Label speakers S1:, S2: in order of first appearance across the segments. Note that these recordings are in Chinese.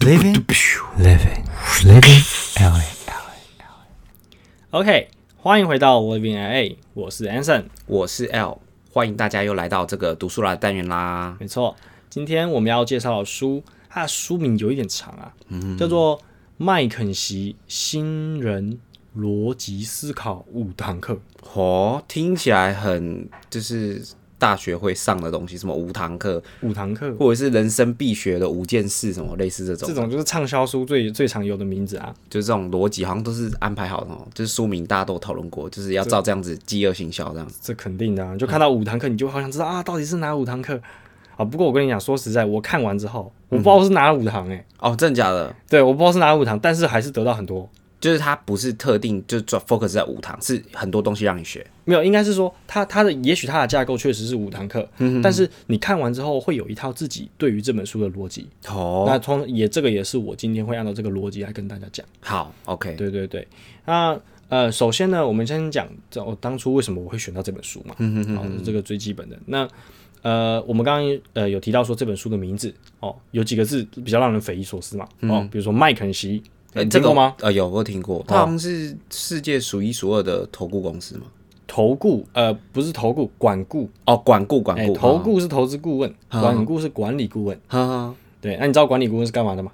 S1: Living Living Living LA。
S2: OK，欢迎回到 Living LA，我是 Anson。
S3: 我是 L，欢迎大家又来到这个读书啦的单元啦。
S2: 没错，今天我们要介绍的书，它的书名有一点长啊，叫做《麦肯锡新人逻辑思考五堂课》。
S3: 哦，听起来很就是大学会上的东西，什么五堂课，
S2: 五堂课，
S3: 或者是人生必学的五件事，什么类似这种，
S2: 这种就是畅销书最最常有的名字啊。
S3: 就是这种逻辑好像都是安排好的哦，就是书名大家都有讨论过，就是要照这样子饥饿行销这样子。
S2: 这肯定的、啊，你就看到五堂课，你就好想知道啊，到底是哪五堂课啊？不过我跟你讲，说实在，我看完之后，我不知道是哪五堂哎、
S3: 哦，真的假的？
S2: 对，我不知道是哪五堂，但是还是得到很多。
S3: 就是它不是特定就专 focus 在五堂，是很多东西让你学。
S2: 没有，应该是说它它的也许它的架构确实是五堂课，
S3: 嗯
S2: 但是你看完之后会有一套自己对于这本书的逻辑。
S3: 哦，
S2: 那通也这个也是我今天会按照这个逻辑来跟大家讲。
S3: 好，OK，
S2: 对对对，那呃，首先呢，我们先讲这我、当初为什么我会选到这本书嘛，嗯嗯好，这个最基本的。那呃，我们刚刚呃有提到说这本书的名字哦，有几个字比较让人匪夷所思嘛，哦，比如说麦肯锡，
S3: 呃
S2: 你听过吗？？
S3: 嗯这个呃，有我有听过，它好像是世界数一数二的投顾公司嘛。
S2: 投顾呃不是投顾，管顾，
S3: 哦，管顾管
S2: 哎、
S3: 顾，啊
S2: 投
S3: 哦，
S2: 顾是投资顾问，管顾是管理顾问。
S3: 哈哈。
S2: 对，那你知道管理顾问是干嘛的吗？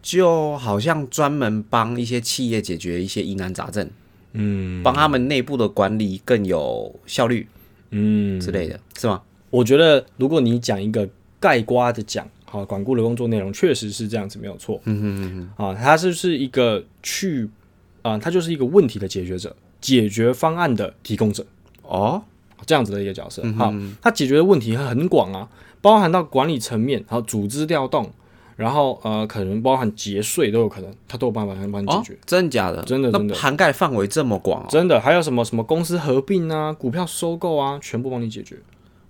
S3: 就好像专门帮一些企业解决一些疑难杂症，
S2: 嗯
S3: 帮他们内部的管理更有效率
S2: 嗯，
S3: 之类的，是吗？
S2: 我觉得如果你讲一个盖瓜的讲，好，管顾的工作内容确实是这样子，没有错。
S3: 嗯
S2: 啊，他就是一个去啊，他就是一个问题的解决者，解决方案的提供者，
S3: 哦，
S2: 这样子的一个角色。
S3: 嗯
S2: 好，他解决的问题很广啊，包含到管理层面，还有组织调动，然后呃，可能包含节税都有可能，他都有办法帮你解
S3: 哦
S2: 决。，
S3: 真的假的？
S2: 真的真的
S3: 那涵盖范围这么广哦？
S2: 真的，还有什么什么公司合并啊、股票收购啊，全部帮你解决。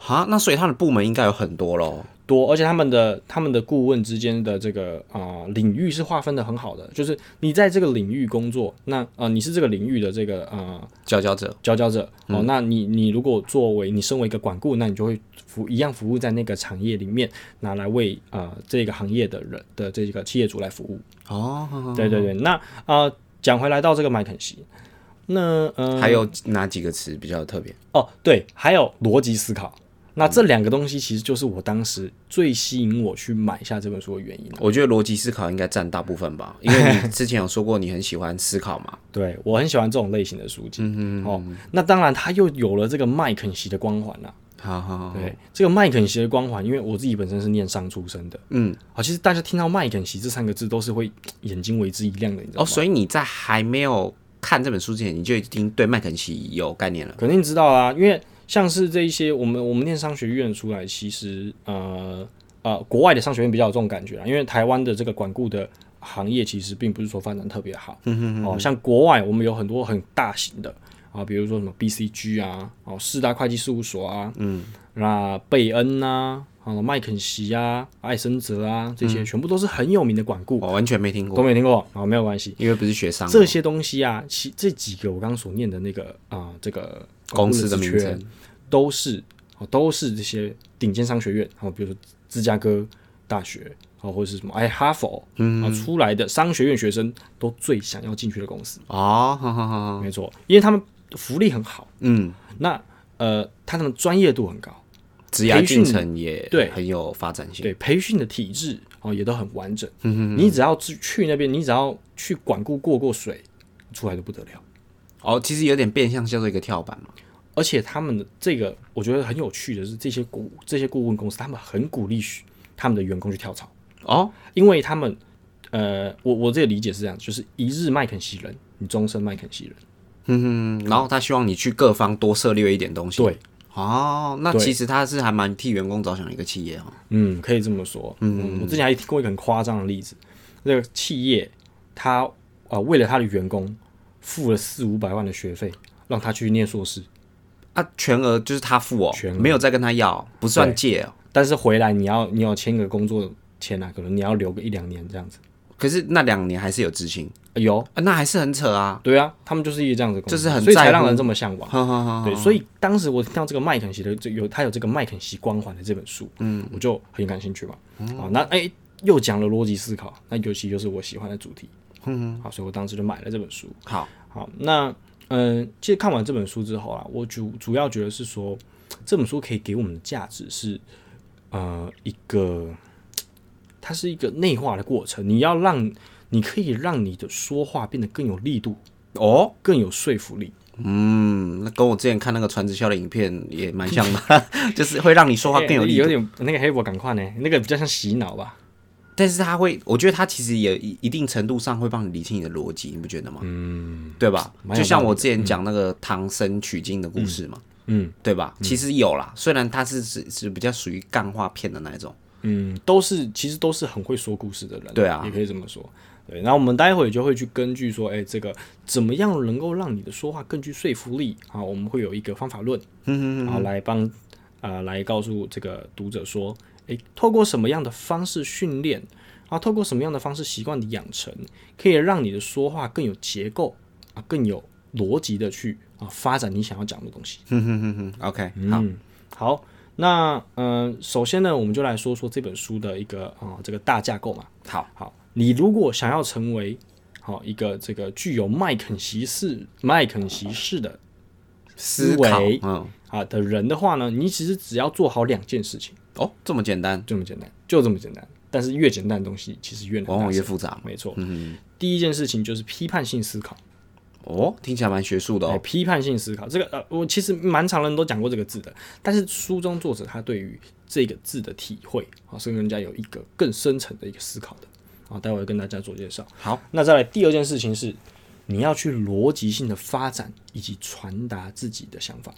S3: 哈，那所以他的部门应该有很多喽。
S2: 多，而且他们的他们的顾问之间的这个啊、呃领域是划分的很好的，就是你在这个领域工作，那呃你是这个领域的这个呃
S3: 佼佼者，
S2: 佼佼者
S3: 嗯
S2: 哦，那你你如果作为你身为一个管顾，那你就会服一样服务在那个产业里面，拿来为呃这个行业的人的这个企业主来服务。
S3: 哦，
S2: 对对对，那啊、呃讲回来到这个麦肯锡，那呃
S3: 还有哪几个词比较特别？
S2: 哦，对，还有逻辑思考。那这两个东西其实就是我当时最吸引我去买下这本书的原因。
S3: 我觉得逻辑思考应该占大部分吧，因为 你之前有说过你很喜欢思考嘛。
S2: 对我很喜欢这种类型的书籍。哦，那当然，它又有了这个麦肯锡的光环啦、
S3: 好好好，
S2: 对，这个麦肯锡的光环，因为我自己本身是念商出身的，
S3: 嗯，
S2: 好、其实大家听到麦肯锡这三个字都是会眼睛为之一亮的，你知道
S3: 哦，
S2: 吗？
S3: 所以你在还没有看这本书之前，你就已经对麦肯锡有概念了。
S2: 肯定知道啦、因为像是这一些我们我们念商学院出来，其实呃呃，国外的商学院比较有这种感觉啦，因为台湾的这个管顾的行业其实并不是说发展特别好，
S3: 嗯
S2: 哦，像国外我们有很多很大型的啊，比如说什么 BCG 啊，哦，四大会计事务所啊，嗯，那贝恩呐、啊，啊，麦肯锡啊，艾森哲啊，这些全部都是很有名的管顾，
S3: 我完全没嗯听
S2: 都
S3: 过，
S2: 没听过，啊，没有关系，
S3: 因为不是学商嘛。
S2: 这些东西啊，其这几个我刚刚所念的那个啊、这个
S3: 公司的名
S2: 职缺
S3: 称
S2: 都是哦，都是这些顶尖商学院，哦，比如说芝加哥大学，哦，或者是什么哎哈佛，嗯，出来的商学院学生都最想要进去的公司，
S3: 哦，好好好，
S2: 没错，因为他们福利很好，
S3: 嗯，
S2: 那呃，他们专业度很高，
S3: 职涯
S2: 训
S3: 进程也
S2: 对
S3: 很有发展性。
S2: 对，培训的体制哦也都很完整，
S3: 嗯
S2: 你只要去去那边，你只要去管顾过过水，出来就不得了。
S3: 哦，其实有点变相叫做一个跳板嘛。
S2: 而且他们的这个，我觉得很有趣的是，这些顾这些顾问公司，他们很鼓励许他们的员工去跳槽，
S3: 哦，
S2: 因为他们，呃，我我这个理解是这样，就是一日麦肯锡人，你终身麦肯锡人。
S3: 嗯，然后他希望你去各方多涉猎一点东西。
S2: 对，
S3: 哦，那
S2: 对
S3: 其实他是还蛮替员工着想的一个企业哦。
S2: 嗯，可以这么说。嗯，我之前还听过一个很夸张的例子，那个企业他呃为了他的员工付了四五百万的学费，让他去念硕士，
S3: 啊，全额就是他付哦
S2: 全额，
S3: 没有再跟他要，不算借哦。
S2: 但是回来你要你有签个工作签啊，可能你要留个一两年这样子。
S3: 可是那两年还是有执行，
S2: 呃有，
S3: 啊那还是很扯啊。
S2: 对啊，他们就是一个这样子的公司，
S3: 就是很
S2: 所以
S3: 在
S2: 才
S3: 乎
S2: 让人这么向往。
S3: 哈哈哈。
S2: 对，所以当时我听到这个麦肯锡的这有他有这个麦肯锡光环的这本书，嗯，我就很感兴趣嘛。啊、那哎、又讲了逻辑思考，那尤其就是我喜欢的主题。嗯，好，所以我当时就买了这本书。
S3: 好，
S2: 好，那嗯，其实看完这本书之后啊，我主主要觉得是说，这本书可以给我们的价值是，呃，一个，它是一个内化的过程。你要让，你可以让你的说话变得更有力度，
S3: 哦，
S2: 更有说服力。
S3: 嗯，那跟我之前看那个传直销的影片也蛮像的， 就是会让你说话更有
S2: 欸
S3: 力
S2: 有
S3: 度。
S2: 点那个黑博，赶快呢，那个比较像洗脑吧。
S3: 但是他会，我觉得他其实也一一定程度上会帮你理清你的逻辑，你不觉得吗？嗯，对吧？
S2: 蛮有道理的
S3: 就像我之前讲那个唐僧取经的故事嘛，
S2: 嗯
S3: 对吧？其实有啦，虽然他是是是比较属于干话片的那一种。
S2: 嗯，都是其实都是很会说故事的人，
S3: 对啊
S2: 也可以这么说。对，然后我们待会就会去根据说，哎、这个怎么样能够让你的说话更具说服力啊？我们会有一个方法论，嗯嗯，然后来帮啊、呃来告诉这个读者说，哎、透过什么样的方式训练啊，透过什么样的方式习惯的养成，可以让你的说话更有结构啊，更有逻辑的去啊发展你想要讲的东西。
S3: 哼哼哼哼，OK，好，
S2: 嗯，好，那嗯、呃首先呢，我们就来说说这本书的一个啊、呃这个大架构嘛。
S3: 好，
S2: 好，你如果想要成为好、一个这个具有麦肯锡式麦肯锡式的
S3: 思
S2: 思
S3: 考
S2: 维，
S3: 嗯，
S2: 啊的人的话呢，你其实只要做好两件事情，
S3: 哦，这么简单，
S2: 这么简单，就这么简单。但是越简单的东西，其实越难达
S3: 往
S2: 成。
S3: 哦往越复杂嘛。嗯
S2: 没错，第一件事情就是批判性思考。
S3: 哦，听起来蛮学术的
S2: 哎，
S3: 哦。
S2: 批判性思考这个呃，我其实蛮常人都讲过这个字的，但是书中作者他对于这个字的体会啊，所以人家有一个更深层的一个思考的啊，待会儿跟大家做介绍。
S3: 好，
S2: 那再来第二件事情是，你要去逻辑性的发展以及传达自己的想法，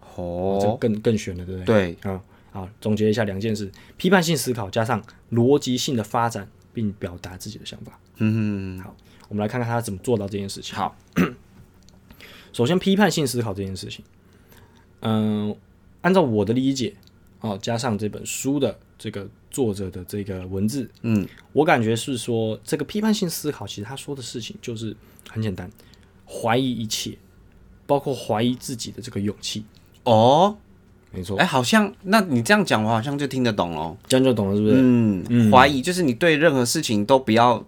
S2: 哎这个
S3: 哦，
S2: 更更玄了，对不对？
S3: 对，
S2: 对啊，好，总结一下两件事：批判性思考加上逻辑性的发展，并表达自己的想法。
S3: 嗯，
S2: 好，我们来看看他怎么做到这件事情。好，首先批判性思考这件事情，嗯、按照我的理解，哦，加上这本书的这个作者的这个文字，
S3: 嗯，
S2: 我感觉是说这个批判性思考，其实他说的事情就是很简单，怀疑一切，包括怀疑自己的这个勇气。
S3: 哦，
S2: 没错
S3: 哎，，好像，那你这样讲，我好像就听得懂哦。
S2: 这样就懂了，是不是？
S3: 嗯，怀疑就是你对任何事情都不要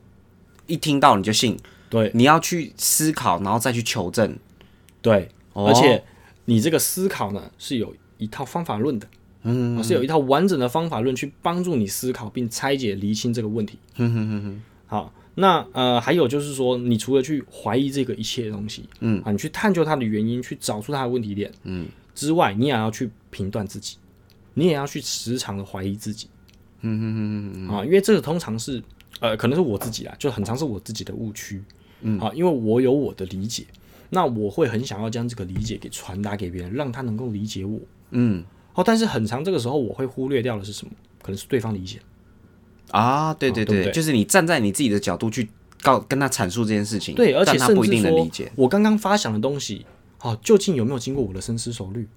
S3: 一听到你就信，
S2: 对
S3: 你要去思考，然后再去求证。
S2: 对，
S3: 哦
S2: 而且你这个思考呢是有一套方法论的，嗯，是有一套完整的方法论去帮助你思考并拆解厘清这个问题。嗯哼哼哼。好，那呃还有就是说，你除了去怀疑这个一切的东西，嗯啊，你去探究它的原因，去找出它的问题点，嗯之外，你也要去评断自己，你也要去时常的怀疑自己。嗯哼哼哼啊，因为这个通常是呃可能是我自己啦，就很常是我自己的误区。嗯，好，因为我有我的理解，那我会很想要将这个理解给传达给别人，让他能够理解我。
S3: 嗯，
S2: 哦，但是很长这个时候我会忽略掉的是什么？可能是对方理解。
S3: 嗯啊，对对
S2: 哦对不
S3: 对，
S2: 对
S3: 就是你站在你自己的角度去告跟他阐述这件事情，
S2: 对，而且
S3: 但他
S2: 甚
S3: 不一
S2: 至
S3: 定能
S2: 说
S3: 理解，
S2: 我刚刚发想的东西，哦，究竟有没有经过我的深思熟虑？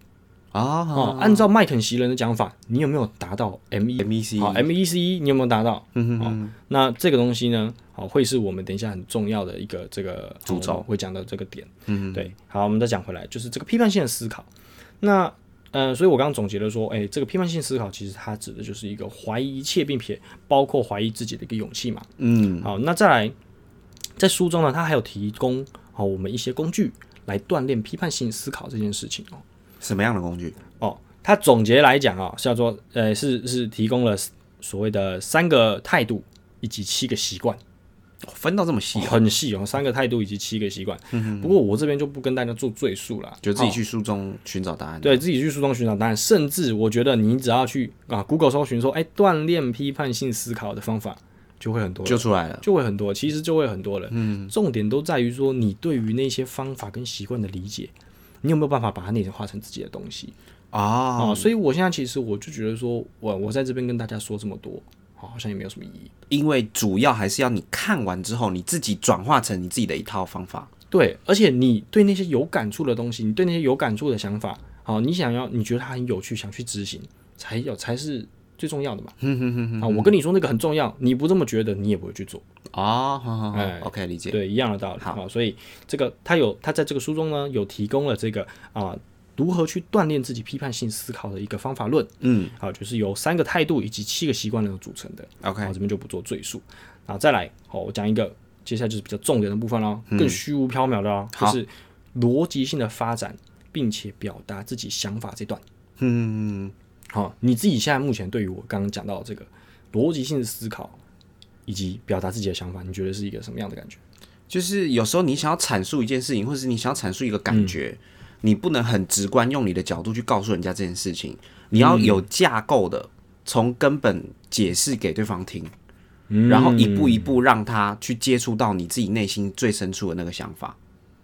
S3: 啊。
S2: 哦，按照麦肯锡人的讲法，你有没有达到 M E
S3: MECE
S2: 好 M E C E，你有没有达到？嗯嗯。那这个东西呢，好，会是我们等一下很重要的一个这个哦
S3: 主轴
S2: 我们会讲到这个点。嗯对。好，我们再讲回来，就是这个批判性的思考。那呃，所以我刚刚总结了说，哎、这个批判性思考其实它指的就是一个怀疑一切，并且包括怀疑自己的一个勇气嘛。
S3: 嗯，
S2: 好，那再来，在书中呢，它还有提供好我们一些工具来锻炼批判性思考这件事情哦。
S3: 什么样的工具？
S2: 哦，它总结来讲啊、是叫做呃，是是提供了所谓的三个态度以及七个习惯，
S3: 哦分到这么细哦，
S2: 很细哦，嗯三个态度以及七个习惯。不过我这边就不跟大家做赘述了，
S3: 就自己
S2: 哦
S3: 去书中寻找答案。
S2: 对自己去书中寻找答案，甚至我觉得你只要去啊 Google 搜寻说，哎，锻炼批判性思考的方法，就会很多了，
S3: 就出来了。
S2: 就会很多，其实就会很多了。嗯，重点都在于说你对于那些方法跟习惯的理解，你有没有办法把它内化成自己的东西？
S3: 啊、
S2: 啊、所以我现在其实我就觉得说，我我在这边跟大家说这么多，好好像也没有什么意义。
S3: 因为主要还是要你看完之后，你自己转化成你自己的一套方法。
S2: 对，而且你对那些有感触的东西，你对那些有感触的想法，好，你想要你觉得它很有趣，想去执行，才有才是最重要的嘛。啊，我跟你说那个很重要，你不这么觉得，你也不会去做。
S3: 哦，好好好、
S2: 哎
S3: o k 理解。
S2: 对，一样的道理。
S3: 好
S2: 好，所以这个他有他在这个书中呢有提供了这个啊、如何去锻炼自己批判性思考的一个方法论。
S3: 嗯
S2: 好，就是由三个态度以及七个习惯论组成的。
S3: ，OK，
S2: 好，这边就不做赘述。啊，再来，好，我讲一个，接下来就是比较重点的部分喽，更虚无缥缈的啦，
S3: 嗯
S2: 就
S3: 好
S2: 是逻辑性的发展，并且表达自己想法这段。
S3: 嗯，
S2: 好，你自己现在目前对于我刚刚讲到的这个逻辑性思考以及表达自己的想法，你觉得是一个什么样的感觉？
S3: 就是有时候你想要阐述一件事情，或是你想要阐述一个感觉，你不能很直观用你的角度去告诉人家这件事情，你要有架构的，从根本解释给对方听，
S2: 嗯
S3: 然后一步一步让他去接触到你自己内心最深处的那个想法。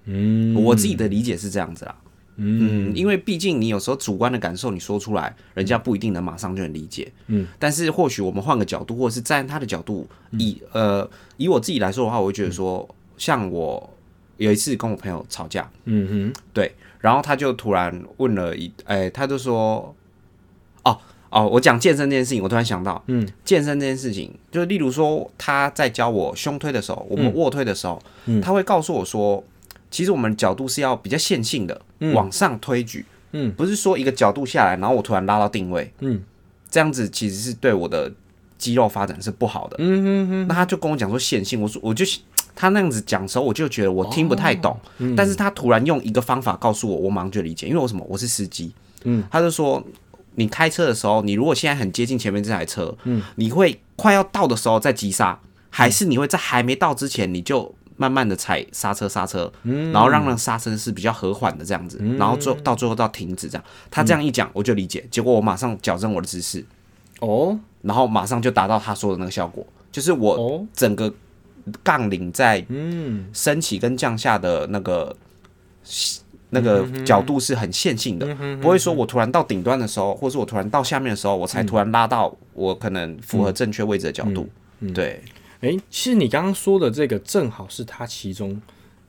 S2: 嗯
S3: 我自己的理解是这样子啦。嗯，因为毕竟你有时候主观的感受，你说出来，人家不一定能马上就能理解。
S2: 嗯，
S3: 但是或许我们换个角度，或者是站在他的角度，以
S2: 嗯
S3: 呃以我自己来说的话，我会觉得说，像我有一次跟我朋友吵架，
S2: 嗯
S3: 对，然后他就突然问了一，哎、他就说，哦哦，我讲健身这件事情，我突然想到，
S2: 嗯，
S3: 健身这件事情，就例如说他在教我胸推的时候，我
S2: 嗯
S3: 们卧推的时候，他会告诉我说，其实我们角度是要比较线性的、往上推举，
S2: 嗯，
S3: 不是说一个角度下来，然后我突然拉到定位，
S2: 哼，嗯
S3: 这样子其实是对我的肌肉发展是不好的。
S2: 嗯哼哼，
S3: 那他就跟我讲说线性，我说我就他那样子讲的时候，我就觉得我听不太
S2: 哦
S3: 懂，但是他突然用一个方法告诉我，我马上就理解，因为我什么我是司机，
S2: 嗯，
S3: 他就说你开车的时候，你如果现在很接近前面这台车，嗯，你会快要到的时候再急刹，还是你会在还没到之前你就。慢慢的踩刹车，刹车，然后让那个刹车是比较和缓的这样子，然后最后到最后到停止这样。他这样一讲，我就理解。结果我马上矫正我的姿势，
S2: 哦
S3: 然后马上就达到他说的那个效果，就是我
S2: 哦，
S3: 整个杠铃在
S2: 嗯
S3: 升起跟降下的那个那个
S2: 嗯
S3: 角度是很线性的，不会说我突然到顶端的时候，或是我突然到下面的时候，我才突然拉到我可能符合正确位置的角度。
S2: 嗯
S3: 对，
S2: 诶，其实你刚刚说的这个正好是它其中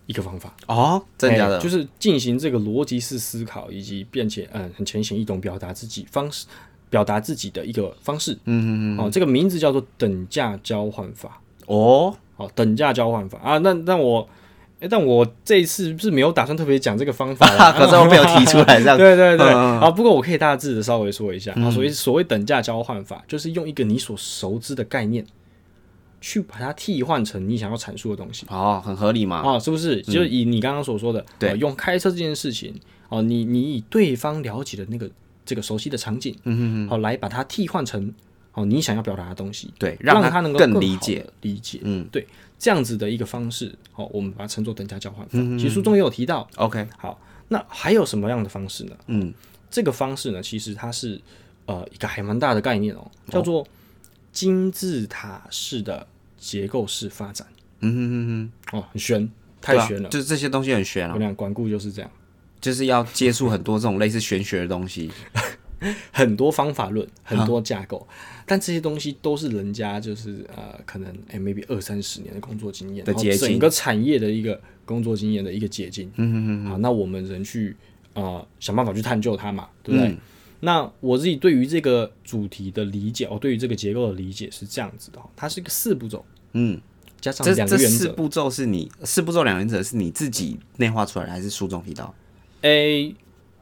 S2: 一个方法。
S3: 哦，真的假
S2: 哎
S3: 的？
S2: 就是进行这个逻辑式思考，以及并且嗯很浅显易懂表达自己方式，表达自己的一个方式。嗯嗯嗯。哦，这个名字叫做等价交换法。
S3: 哦，
S2: 哦，等价交换法啊，那那我。哎，但我这一次是没有打算特别讲这个方法啦，
S3: 可是我没有提出来 这样。
S2: 对对对，
S3: 嗯
S2: 啊，不过我可以大致的稍微说一下，啊，所谓所谓等价交换法，就是用一个你所熟知的概念，去把它替换成你想要阐述的东西。
S3: 哦，很合理嘛。
S2: 啊，是不是？就是以你刚刚所说的，
S3: 嗯对
S2: 呃用开车这件事情，哦、你你以对方了解的那个这个熟悉的场景，嗯嗯，好、来把它替换成哦、你想要表达的东西，
S3: 对让
S2: 让
S3: 他
S2: 能够
S3: 更
S2: 好地
S3: 理解
S2: 理解，
S3: 嗯，
S2: 对，这样子的一个方式，好、我们把它称作等价交换法。
S3: 嗯
S2: 其实书中也有提到，
S3: OK，
S2: 好，那还有什么样的方式呢？
S3: 嗯，
S2: 这个方式呢，其实它是呃一个还蛮大的概念哦，叫做金字塔式的结构式发展。
S3: 嗯哼哼哼，
S2: 哦，很悬，太
S3: 对啊
S2: 悬了。
S3: 就是这些东西很玄
S2: 我
S3: 啊，
S2: 俩管顾就是这样，
S3: 就是要接触很多这种类似玄学的东西。
S2: 很多方法论，
S3: 啊
S2: 很多架构，但这些东西都是人家就是呃，可能哎、maybe 二三十年的工作经验
S3: 的
S2: 然后
S3: 结晶
S2: 整个产业的一个工作经验的一个结晶。嗯嗯嗯。好，那我们人去呃想办法去探究它嘛，对
S3: 嗯
S2: 不对？那我自己对于这个主题的理解，哦，对于这个结构的理解是这样子的、哦，它是一个四步骤
S3: 嗯，
S2: 加上
S3: 这
S2: 两
S3: 这
S2: 个原
S3: 四
S2: 则。
S3: 步骤是你四步骤两原则是你自己内化出来的，还是书中提到？
S2: 诶，哎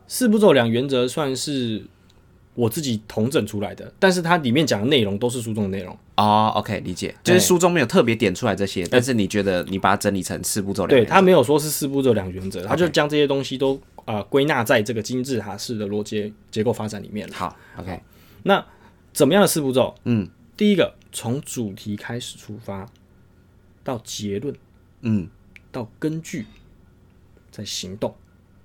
S2: 四步骤两原则算是我自己统整出来的，但是它里面讲的内容都是书中的内容。
S3: 哦、o k 理解，呃就是书中没有特别点出来这些，但是你觉得你把它整理成四步骤两
S2: 对，
S3: 原则，
S2: 它没有说是四步骤两原则，它就将这些东西都啊归纳在这个金字塔式的逻辑结构发展里面了。
S3: 好，OK，
S2: 那怎么样的四步骤？
S3: 嗯，
S2: 第一个从主题开始出发，到结论，
S3: 嗯，
S2: 到根据，再行动。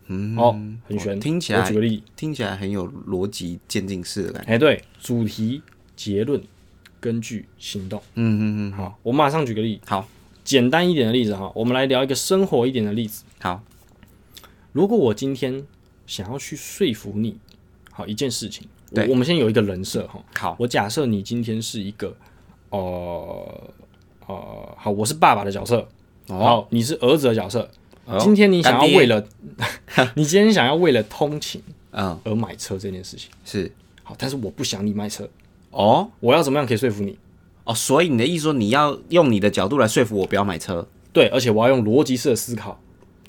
S2: 嗯，哦，很玄，
S3: 哦听起来
S2: 我举个例，
S3: 听起来很有逻辑渐进式的感觉。
S2: 哎，对，主题、结论、根据、行动。
S3: 嗯嗯嗯，
S2: 好，我马上举个例，
S3: 好，
S2: 简单一点的例子哈，我们来聊一个生活一点的例子。
S3: 好，
S2: 如果我今天想要去说服你，好一件事情，我
S3: 对
S2: 我们先有一个人设哈，
S3: 好，
S2: 我假设你今天是一个，呃呃，好，我是爸爸的角色，
S3: 哦，
S2: 好，你是儿子的角色，
S3: 哦
S2: 今天你想要
S3: 干爹
S2: 为了， 你今天想要为了通勤
S3: 嗯，
S2: 而买车这件事情，
S3: 是，
S2: 好，但是我不想你买车，
S3: 哦
S2: 我要怎么样可以说服你？
S3: 哦，所以你的意思说你要用你的角度来说服我不要买车，
S2: 对，而且我要用逻辑式的思考，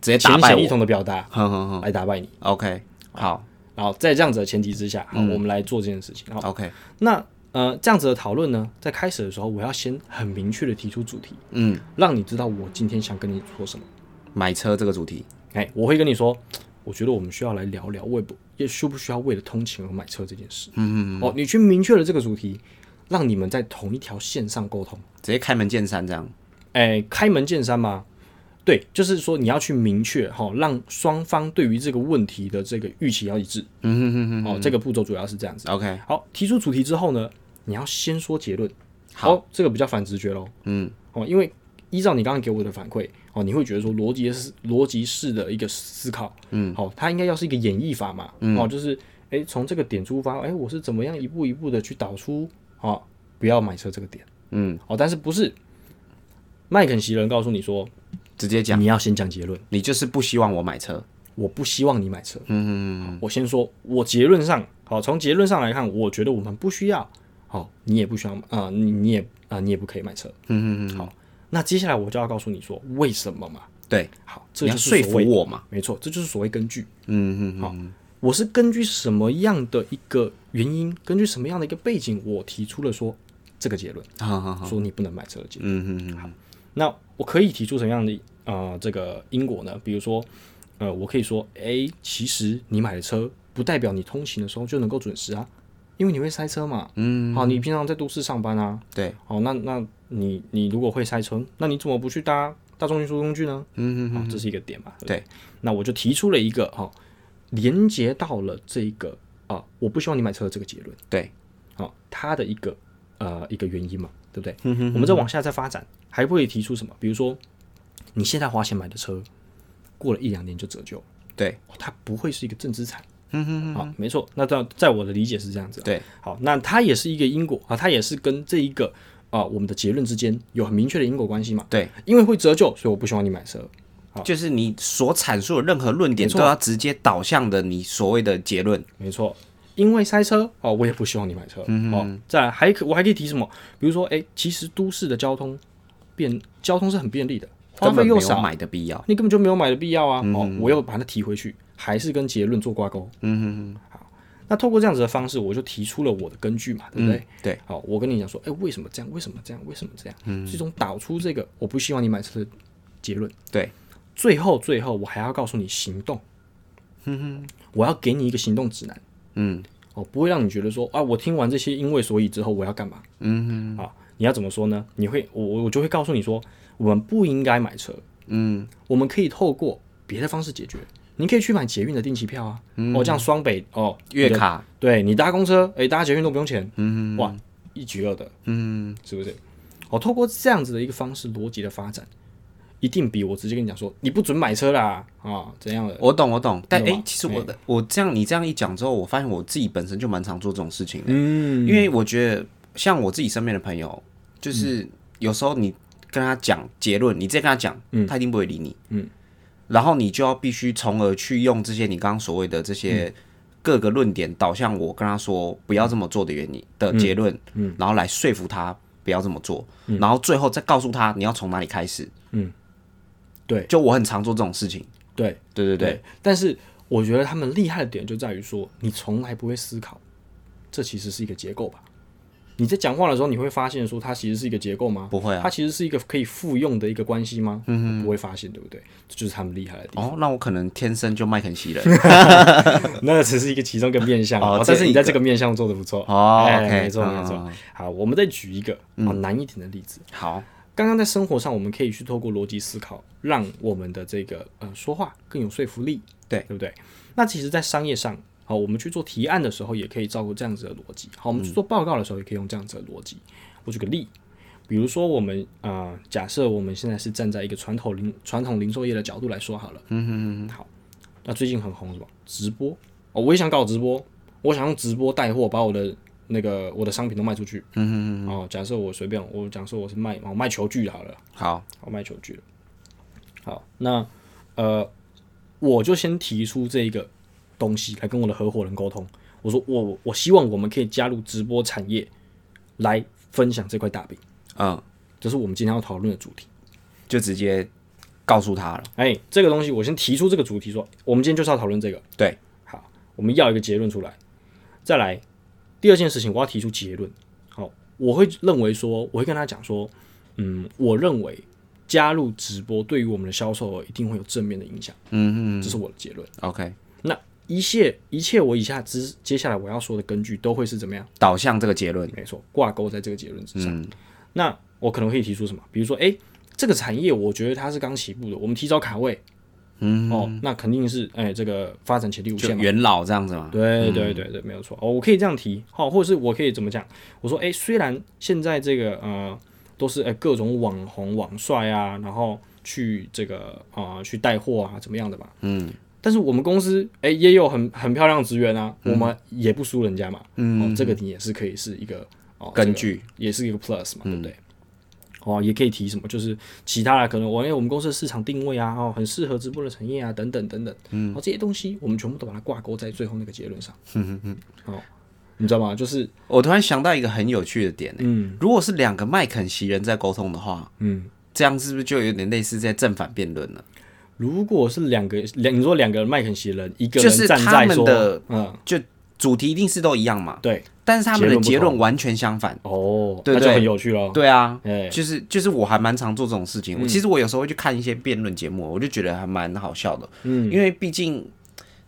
S3: 直接打
S2: 浅
S3: 败
S2: 显易
S3: 我，嗯
S2: 懂的表达
S3: 哼哼哼
S2: 来打败你。
S3: ，OK，好
S2: 然后在这样子的前提之下，好，
S3: 嗯
S2: 我们来做这件事情。好，
S3: ，OK，
S2: 那呃这样子的讨论呢，在开始的时候，我要先很明确的提出主题，
S3: 嗯，
S2: 让你知道我今天想跟你说什么。
S3: 买车这个主题，
S2: 哎，我会跟你说，我觉得我们需要来聊聊为不也需不需要为了通勤而买车这件事。嗯嗯哦，你去明确了这个主题，让你们在同一条线上沟通。
S3: 直接开门见山这样。
S2: 哎，开门见山嘛。对，就是说你要去明确哈、哦，让双方对于这个问题的这个预期要一致。
S3: 嗯哼
S2: 哦，这个步骤主要是这样子。
S3: 哼哼，OK，
S2: 好，提出主题之后呢，你要先说结论。
S3: 好
S2: 哦，这个比较反直觉咯。
S3: 嗯，
S2: 哦，因为依照你刚刚给我的反馈，哦，你会觉得说逻辑是逻辑式的一个思考，嗯，好、它应该要是一个演绎法嘛，嗯、哦，就是诶，从这个点出发，诶，我是怎么样一步一步的去导出，哦，不要买车这个点，
S3: 嗯，
S2: 哦，但是不是麦肯锡人告诉你说，
S3: 直接讲，
S2: 你要先讲结论，
S3: 你就是不希望我买车。
S2: 我不希望你买车，
S3: 嗯，
S2: 我先说，我结论上，好，从结论上来看，我觉得我们不需要，好、你也不需要，啊、你你也啊、你也不可以买车。
S3: 嗯哼哼，
S2: 好那接下来我就要告诉你说为什么嘛。
S3: 对，
S2: 好，这
S3: 你
S2: 就
S3: 要
S2: 是
S3: 说
S2: 所
S3: 服
S2: 谓，
S3: 我嘛。
S2: 没错，这就是所谓根据。
S3: 嗯哼哼，
S2: 我是根据什么样的一个原因，根据什么样的一个背景，我提出了说这个结论，
S3: 好好好，
S2: 说你不能买车的结论。
S3: 嗯哼哼，
S2: 那我可以提出什么样的呃这个因果呢？比如说，呃，我可以说，诶，其实你买了车，不代表你通勤的时候就能够准时啊，因为你会塞车嘛。
S3: 嗯，
S2: 好，你平常在都市上班啊，
S3: 对，
S2: 好，那那你你如果会塞车，那你怎么不去搭大众运输工具呢？
S3: 嗯
S2: 好，这是一个点嘛。不
S3: 对，
S2: 那我就提出了一个哈、连接到了这一个啊、我不希望你买车的这个结论，
S3: 哼，对，
S2: 好、它的一个呃一个原因嘛，对不对？
S3: 嗯
S2: 我们再往下再发展，还会提出什么？比如说你现在花钱买的车，过了一两年就折旧了，
S3: 对，
S2: 哦它不会是一个正资产。
S3: 嗯哼哼，
S2: 啊，没错。那在在我的理解是这样子、啊。
S3: 对，
S2: 好，那它也是一个因果啊，它也是跟这一个啊、我们的结论之间有很明确的因果关系嘛。
S3: 对，
S2: 因为会折旧，所以我不希望你买车。
S3: 就是你所阐述的任何论点都要直接导向的你所谓的结论。
S2: 没错，因为塞车哦，我也不希望你买车。
S3: 嗯
S2: 哦，再来还可我还可以提什么？比如说，哎、其实都市的交通便交通是很便利的，花
S3: 根
S2: 费
S3: 本
S2: 又
S3: 没有嗯
S2: 少，
S3: 买的必要。
S2: 你根本就没有买的必要啊。哦，我又把它提回去，还是跟结论做挂钩。嗯哼哼。好，那透过这样子的方式，我就提出了我的根据嘛，对不对？
S3: 嗯，对，
S2: 好，我跟你讲说，哎、为什么这样？为什么这样？为什么这样？嗯，最终导出这个我不希望你买车的结论。
S3: 对，
S2: 最后最后，我还要告诉你行动。哼哼，我要给你一个行动指南。
S3: 嗯，
S2: 哦，不会让你觉得说啊，我听完这些因为所以之后我要干嘛？嗯啊，你要怎么说呢？你会我我我就会告诉你说，我们不应该买车，
S3: 嗯，
S2: 我们可以透过别的方式解决。你可以去买捷运的定期票啊，
S3: 嗯
S2: 哦，这样双北哦，
S3: 月
S2: 你的
S3: 卡，
S2: 对你搭公车，哎诶，搭捷运都不用钱，嗯，哇，一举二得，
S3: 嗯，
S2: 是不是？哦，透过这样子的一个方式逻辑的发展，一定比我直接跟你讲说你不准买车啦啊怎样的，
S3: 我懂，我懂。但
S2: 有
S3: 诶，
S2: 吗
S3: 其实我的我这样你这样一讲之后，我发现我自己本身就蛮常做这种事情的，
S2: 嗯，
S3: 因为我觉得像我自己身边的朋友，就是有时候你跟他讲结论，你直接跟他讲，他一定不会理你，
S2: 嗯。
S3: 然后你就要必须从而去用这些你刚刚所谓的这些各个论点导向我跟他说不要这么做的原因的结论，然后来说服他不要这么做，然后最后再告诉他你要从哪里开始，
S2: 嗯，对
S3: 就我很常做这种事情，
S2: 对
S3: 对对对，
S2: 对，但是我觉得他们厉害的点就在于说，你从来不会思考，这其实是一个结构吧。你在讲话的时候，你会发现说它其实是一个结构吗？
S3: 不会啊
S2: 它其实是一个可以复用的一个关系吗？嗯，不会发现，对不对？这就是他们厉害的地方。
S3: 哦，那我可能天生就麦肯锡人
S2: 那只是一个其中一个面向
S3: 哦
S2: 啊，
S3: 这
S2: 这
S3: 是
S2: 是
S3: 一
S2: 你
S3: 个
S2: 在这个面向做的不错
S3: 哦
S2: 哎
S3: OK，
S2: 没错
S3: 嗯
S2: 没错。好，我们再举一个啊难一点的例子。
S3: 好，
S2: 刚刚在生活上，我们可以去透过逻辑思考，让我们的这个呃说话更有说服力，
S3: 对
S2: 对不对？那其实，在商业上，好，我们去做提案的时候，也可以照顾这样子的逻辑。好，我们去做报告的时候，也可以用这样子的逻辑。我举个例，比如说我们呃，假设我们现在是站在一个传统零传统零售业的角度来说好了，嗯嗯嗯，好，那最近很红什么直播哦，我也想搞直播，我想用直播带货，把我的那个我的商品都卖出去，嗯嗯嗯，哦，假设我随便我假设我是卖哦我卖球具好了，
S3: 好，
S2: 我卖球具了，好，那呃，我就先提出这一个东西来跟我的合伙人沟通，我说我我希望我们可以加入直播产业来分享这块大饼。
S3: 嗯，
S2: 这是我们今天要讨论的主题。
S3: 就直接告诉他了，
S2: 哎，这个东西我先提出这个主题说，我们今天就是要讨论这个。
S3: 对，
S2: 好，我们要一个结论出来。再来，第二件事情，我要提出结论。好，我会认为说，我会跟他讲说，嗯，我认为加入直播对于我们的销售额一定会有正面的影响，
S3: 嗯
S2: 这是我的结论。
S3: 嗯，OK，
S2: 那一切一切，我以下之接下来我要说的根据都会是怎么样？
S3: 导向这个结论，嗯
S2: 没错，挂钩在这个结论之上。那我可能会提出什么？比如说，哎、这个产业我觉得它是刚起步的，我们提早卡位，
S3: 嗯，
S2: 哦，那肯定是哎、这个发展潜力无
S3: 就
S2: 限嘛。
S3: 元老这样子嘛，
S2: 对对对对，没有错。哦，我可以这样提，好、或者是我可以怎么讲？我说，哎、虽然现在这个呃都是哎、各种网红网帅啊，然后去这个啊、呃去带货啊，怎么样的嘛，嗯。但是我们公司哎、也有很很漂亮的职员啊，我们也不输人家嘛，嗯、哦，这个你也是可以是一个哦
S3: 根据
S2: 这个也是一个 plus 嘛，
S3: 嗯
S2: 对不对？哦，也可以提什么，就是其他的可能我哦因为我们公司的市场定位啊，哦，很适合直播的产业啊，等等等等，嗯，哦，这些东西我们全部都把它挂钩在最后那个结论上，
S3: 嗯
S2: 哦，你知道吗？就是
S3: 我突然想到一个很有趣的点、欸，如果是两个麦肯锡人在沟通的话，
S2: 嗯，
S3: 这样是不是就有点类似在正反辩论了？
S2: 如果是两个两，你说两个麦肯锡人，一个
S3: 就
S2: 人
S3: 是
S2: 站
S3: 他
S2: 在
S3: 们
S2: 说，
S3: 的
S2: 嗯，
S3: 就主题一定是都一样嘛，
S2: 对，
S3: 但是他们
S2: 结
S3: 的
S2: 论不
S3: 结论
S2: 同
S3: 完全相反。
S2: 哦，嗯
S3: 对
S2: 那就
S3: 对
S2: 很有趣了，
S3: 对啊，
S2: 哎，
S3: 就是就是我还蛮常做这种事情。我其实我有时候会去看一些辩论节目，我就觉得还蛮好笑的。嗯，因为毕竟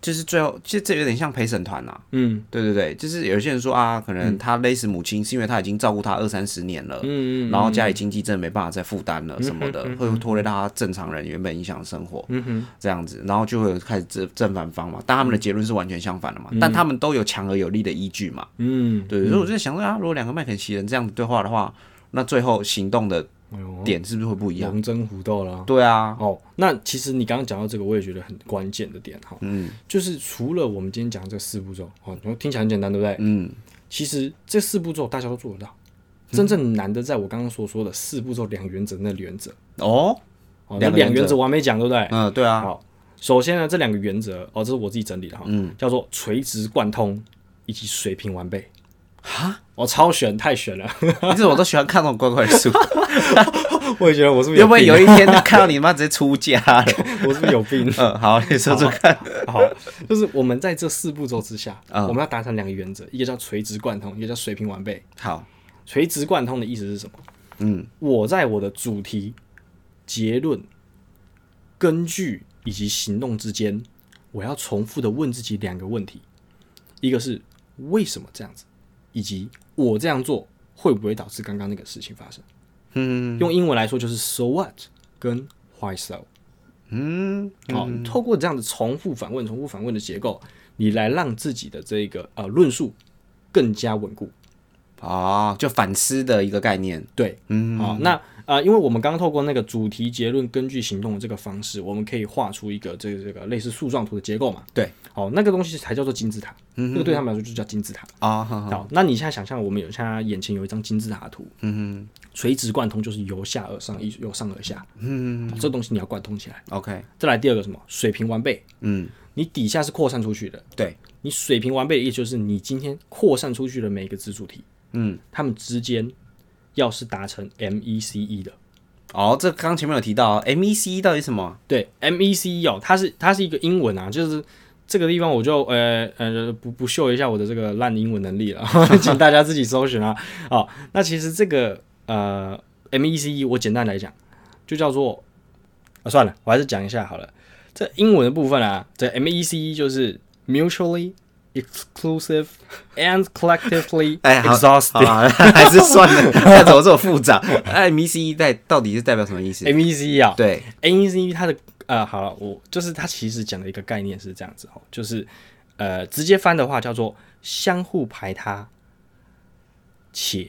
S3: 就是最后，其实这有点像陪审团呐。
S2: 嗯
S3: 对对对，就是有些人说啊，可能他勒死母亲是因为他已经照顾他二三十年了，
S2: 嗯嗯嗯
S3: 然后家里经济真的没办法再负担了什么的，会拖累到他正常人原本影响的生活，
S2: 嗯
S3: 这样子，然后就会有开始正正反方嘛，但他们的结论是完全相反的嘛，但他们都有强而有力的依据嘛，
S2: 嗯，
S3: 对，所以我就在想说啊，如果两个麦肯锡人这样子对话的话，那最后行动的
S2: 哎呦
S3: 点是不是会不一样？
S2: 龙争虎斗了。
S3: 对啊，
S2: 哦，那其实你刚刚讲到这个，我也觉得很关键的点哈，嗯，就是除了我们今天讲这四步骤，哦，你说听起来很简单，对不对？
S3: 嗯，
S2: 其实这四步骤大家都做得到，真正难的在我刚刚所说的四步骤两原则那原则，
S3: 哦，
S2: 哦，
S3: 两
S2: 那
S3: 个
S2: 两
S3: 原
S2: 原
S3: 则
S2: 则我还没讲，对不对？
S3: 嗯，对啊，
S2: 好，首先呢，这两个原则哦，这是我自己整理的哈，
S3: 嗯
S2: 叫做垂直贯通以及水平完备。
S3: 哈，
S2: 哦，超悬，太悬了！
S3: 你怎么都喜欢看那种怪怪 的书？
S2: 我也觉得我是不
S3: 会
S2: 是有
S3: 不会
S2: 病
S3: 有一天看到你妈直接出家了？
S2: 我是不是有病？
S3: 嗯，好，你说说看。
S2: 好，就是我们在这四步骤之下，
S3: 嗯
S2: 我们要达成两个原则，一个叫垂直贯通，一个叫水平完备。
S3: 好，
S2: 垂直贯通的意思是什么？
S3: 嗯，
S2: 我在我的主题、结论、根据以及行动之间，我要重复的问自己两个问题：一个是为什么这样子，以及我这样做会不会导致刚刚那个事情发生。
S3: 嗯
S2: 用英文来说就是 so what 跟 why so。
S3: 嗯，
S2: 好、透过这样的重复反问、重复反问的结构，你来让自己的这个呃论述更加稳固。
S3: 哦，就反思的一个概念。
S2: 对，
S3: 嗯，
S2: 好、那呃，因为我们刚刚透过那个主题结论根据行动的这个方式，我们可以画出一个这个这个类似树状图的结构嘛。
S3: 对，嗯
S2: 好、那个东西才叫做金字塔，那个对他们来说就叫金字塔。
S3: 啊，好好，
S2: 好，那你现在想象，我们有现在眼前有一张金字塔的图，
S3: 嗯
S2: 垂直贯通就是由下而上，一由上而下，
S3: 嗯
S2: 好这东西你要贯通起来。
S3: ，OK，
S2: 再来第二个什么水平完备，
S3: 嗯，
S2: 你底下是扩散出去的，
S3: 对，
S2: 你水平完备的意思就是你今天扩散出去的每一个子主题，
S3: 嗯，
S2: 它们之间要是达成 MECE E 的，
S3: 哦，这刚前面有提到 MEC E 到底是什么？
S2: 对 MECE 哦，它是它是一个英文啊，就是这个地方我就呃呃不不秀一下我的这个烂英文能力了， 请大家自己搜寻啊。哦，那其实这个呃 MECE 我简单来讲就叫做啊算了，我还是讲一下好了。这英文的部分啊，这 MECE 就是 mutually exclusive and collectively
S3: 哎，好
S2: exhaustive。
S3: 好啦 还是算了， 那怎么这么复杂？哎，MEC 代到底是代表什么意思？
S2: MECE 啊，
S3: 对，
S2: NEC 它的呃，好了，我就是它其实讲的一个概念是这样子哦，就是呃，直接翻的话叫做相互排他，且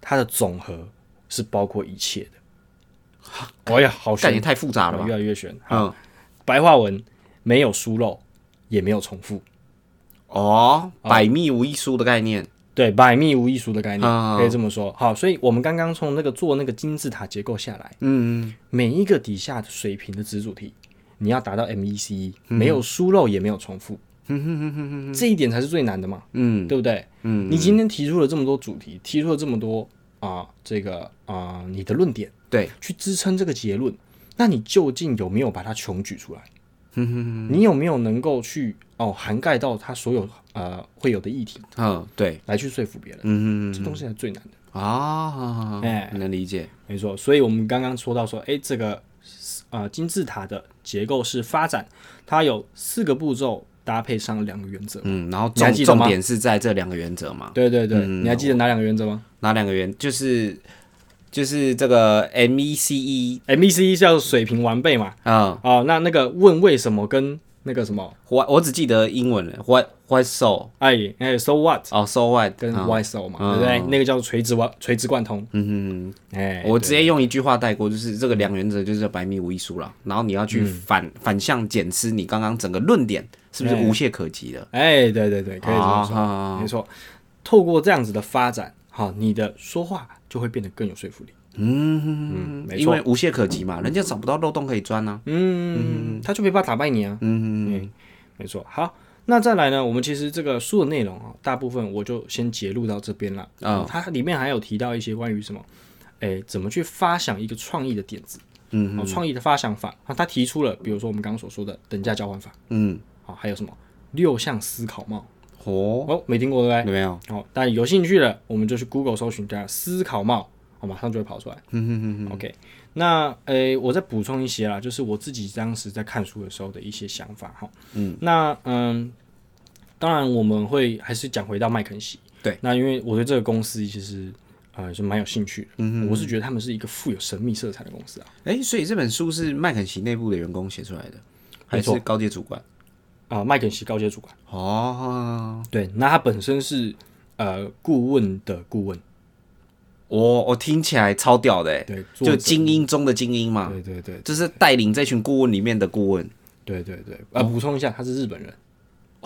S2: 它的总和是包括一切的。哎呀，好
S3: 感觉，
S2: 悬
S3: 太复杂了吧
S2: 越？来越悬。
S3: 嗯，
S2: 白话文没有疏漏，也没有重复，
S3: 哦，百密无一疏的概念。
S2: 对，百密无一疏的概念、
S3: 嗯
S2: 可以这么说。好，所以我们刚刚从那个做那个金字塔结构下来，
S3: 嗯，
S2: 每一个底下的水平的子主题，你要达到 MECE，、没
S3: 嗯
S2: E，有疏漏也没有重复，这一点才是最难的嘛，
S3: 嗯，
S2: 对不对？
S3: 嗯，
S2: 你今天提出了这么多主题，提出了这么多啊、这个啊、你的论点
S3: 对，
S2: 去支撑这个结论，那你究竟有没有把它穷举出来？
S3: 嗯
S2: 你有没有能够去哦涵盖到它所有呃会有的议题，
S3: 嗯，对，
S2: 来去说服别人？
S3: 嗯
S2: 这东西是最难的。
S3: 啊，
S2: 哎
S3: 能理解，
S2: 没错，所以我们刚刚说到说，哎，这个呃金字塔的结构是发展，它有四个步骤搭配上两个原则。
S3: 嗯，然后
S2: 你还
S3: 重
S2: 记得吗
S3: 重点是在这两个原则嘛，
S2: 对对对，
S3: 嗯
S2: 你还记得哪两个原则吗
S3: 哪两个原就是就是这个 MECE，
S2: ？MEC 哎 E 叫水平完备嘛。
S3: E，嗯，
S2: 哦，那那个问为什么跟那个什么，
S3: 我我只记得英文了，What What so
S2: 哎哎，so what
S3: 哦，so what
S2: 跟
S3: 嗯
S2: why so 嘛，
S3: 嗯
S2: 对不对？那个叫垂直贯垂直贯通。
S3: 嗯
S2: 哎，
S3: 哼，我
S2: 对
S3: 直接用一句话带过，就是这个两原则就是百密无一疏了。然后你要去
S2: 嗯
S3: 反、反向检视你刚刚整个论点是不是
S2: 哎
S3: 无懈可击的，
S2: 哎，对对对，可以这么说，
S3: 啊
S2: 没错。透过这样子的发展，好，你的说话就会变得更有说服力。
S3: 嗯
S2: 嗯没错
S3: 因为无懈可击嘛，人家找不到漏洞可以钻啊。
S2: 嗯，他就没办法打败你啊。
S3: 嗯，
S2: 嗯，没错。好，那再来呢？我们其实这个书的内容啊，大部分我就先截录到这边了。
S3: 哦
S2: 它里面还有提到一些关于什么，哎，怎么去发想一个创意的点子，
S3: 嗯，
S2: 哦，创意的发想法。啊，他提出了，比如说我们刚刚所说的等价交换法，
S3: 嗯，
S2: 啊，还有什么六项思考帽，
S3: 哦，
S2: 哦，没听过对不对
S3: 有？没有？
S2: 好、大家有兴趣了，我们就去 Google 搜寻加思考帽，我、马上就会跑出来。
S3: 嗯嗯嗯
S2: OK，那诶、我再补充一些啦，就是我自己当时在看书的时候的一些想法哈。嗯，那嗯，当然我们会还是讲回到麦肯锡。
S3: 对，
S2: 那因为我对这个公司其实呃是蛮有兴趣的，嗯我是觉得他们是一个富有神秘色彩的公司啊。
S3: 哎、所以这本书是麦肯锡内部的员工写出来的，还
S2: 没错
S3: 是高阶主管？
S2: 啊、麦肯锡高阶主管，
S3: 哦，
S2: 对，那他本身是呃顾问的顾问，
S3: 我我听起来超屌的、欸，
S2: 对，做
S3: 就精英中的精英嘛，
S2: 对对对
S3: 就是带领这群顾问里面的顾问。
S2: 对对对，呃，补充一下，他是日本人。
S3: 哦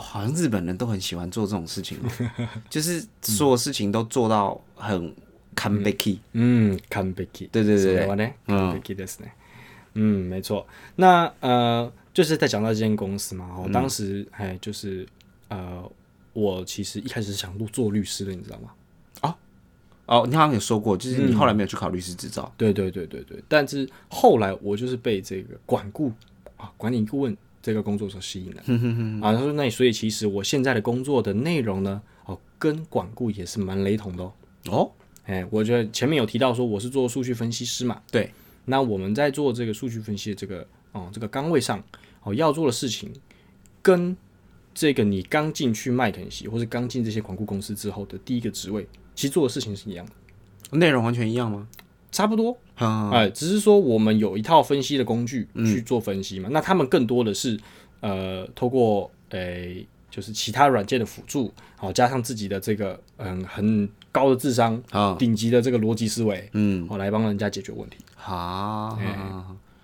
S3: 好像日本人都很喜欢做这种事情、 哦，就是所有事情都做到很 c o m b a k
S2: 嗯，完璧。
S3: 对对对
S2: そ
S3: 对
S2: れはね、
S3: 嗯
S2: 完璧ですね。嗯，没错。那呃，就是在讲到这间公司嘛，我当时哎，就是呃，我其实一开始是想入做律师的，你知道吗？
S3: 哦，你好像有说过，就是你后来没有去考律师执照。
S2: 对对对对对。但是后来我就是被这个管顾啊，管理顾问这个工作所吸引了。啊，他说那所以其实我现在的工作的内容呢，哦，跟管顾也是蛮雷同的哦。
S3: 哦，
S2: 哎，我觉得前面有提到说我是做数据分析师嘛，
S3: 对，
S2: 那我们在做这个数据分析的这个哦、这个岗位上哦要做的事情，跟这个你刚进去麦肯锡或是刚进这些广告公司之后的第一个职位，其实做的事情是一样的，
S3: 内容完全一样吗？
S2: 差不多，
S3: 嗯，
S2: 哎、只是说我们有一套分析的工具去做分析嘛，那他们更多的是呃透过诶、就是其他软件的辅助，好、加上自己的这个嗯很高的智商。
S3: 啊，
S2: 顶级的这个逻辑思维，
S3: 嗯，
S2: 哦，来帮人家解决问题。
S3: 好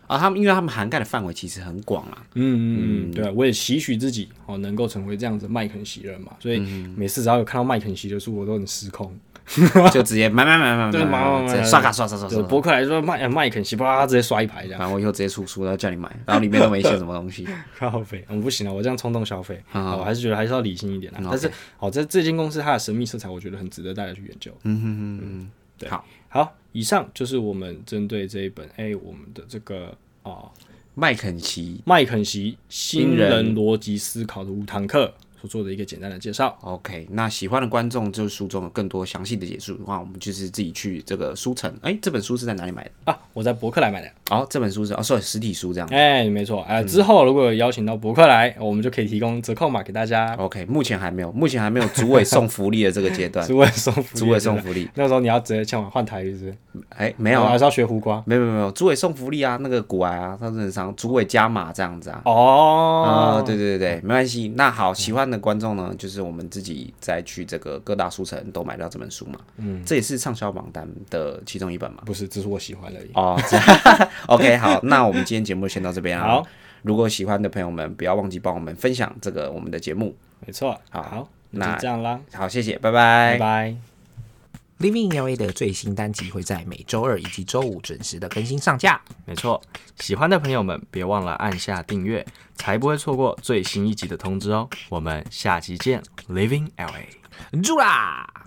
S3: 啊，他们因为他们涵盖的范围其实很广啊。
S2: 嗯嗯嗯，对啊，我也期许自己哦能够成为这样子麦肯锡人嘛，所以
S3: 嗯
S2: 每次只要有看到麦肯锡的书，我都很失控。
S3: 就直接买买买买
S2: 对
S3: 买
S2: 买买买
S3: 买，直接刷卡刷刷刷
S2: 就
S3: 刷。
S2: 博客来说麦呃麦肯锡，叭直接刷一排 这样，
S3: 反正我以后直接出书，然后叫你买，然后里面都没写什么东西。
S2: 消费，嗯不行了，我这样冲动消费，
S3: 好好
S2: 哦我还是觉得还是要理性一点啦。但是哦，在这间公司它的神秘色彩，我觉得很值得大家去研究。
S3: 嗯哼哼
S2: 对
S3: 哼，好，
S2: 好，以上就是我们针对这一本哎我们的这个哦
S3: 麦肯锡
S2: 麦肯锡新
S3: 新人
S2: 人逻辑思考的五堂课所做的一个简单的介绍。
S3: ，OK。那喜欢的观众，就是书中有更多详细的解说的话，我们就是自己去这个书城。哎，这本书是在哪里买的？
S2: 啊，我在博客来买的。
S3: 哦，这本书是哦，算实体书这样。
S2: 哎、没错，
S3: 嗯
S2: 哎、之后如果有邀请到博客来，我们就可以提供折扣码给大家，
S3: OK，目前还没有，目前还没有主委送福利的这个阶段
S2: 只。为送福利。
S3: 主委送福利，
S2: 那时候你要直接前往换台语是不是？
S3: 哎，没有
S2: 我
S3: 啊
S2: 还，是要学胡瓜？
S3: 没有没有没有，主委送福利啊，那个古癌啊，他正常，主委加码这样子啊。啊、
S2: 哦，
S3: 对对对
S4: 嗯
S3: 对，没关系。那好，喜欢的观众呢，就是我们自己再去这个各大书城都买到这本书嘛。嗯，这也是畅销榜单的其中一本嘛。
S2: 不是，只是我喜欢而已。
S3: 哦 ，OK，好，那我们今天节目先到这边啊。
S2: 好，
S3: 如果喜欢的朋友们，不要忘记帮我们分享这个我们的节目。
S2: 没错，
S3: 好
S2: 那
S3: 那
S2: 就这样啦，
S3: 好，谢谢，拜拜
S2: 拜。拜。
S4: Living in LA 的最新单集会在每周二以及周五准时的更新上架。
S2: 没错，喜欢的朋友们别忘了按下订阅，才不会错过最新一集的通知哦。我们下期见，Living LA。
S4: 住啦！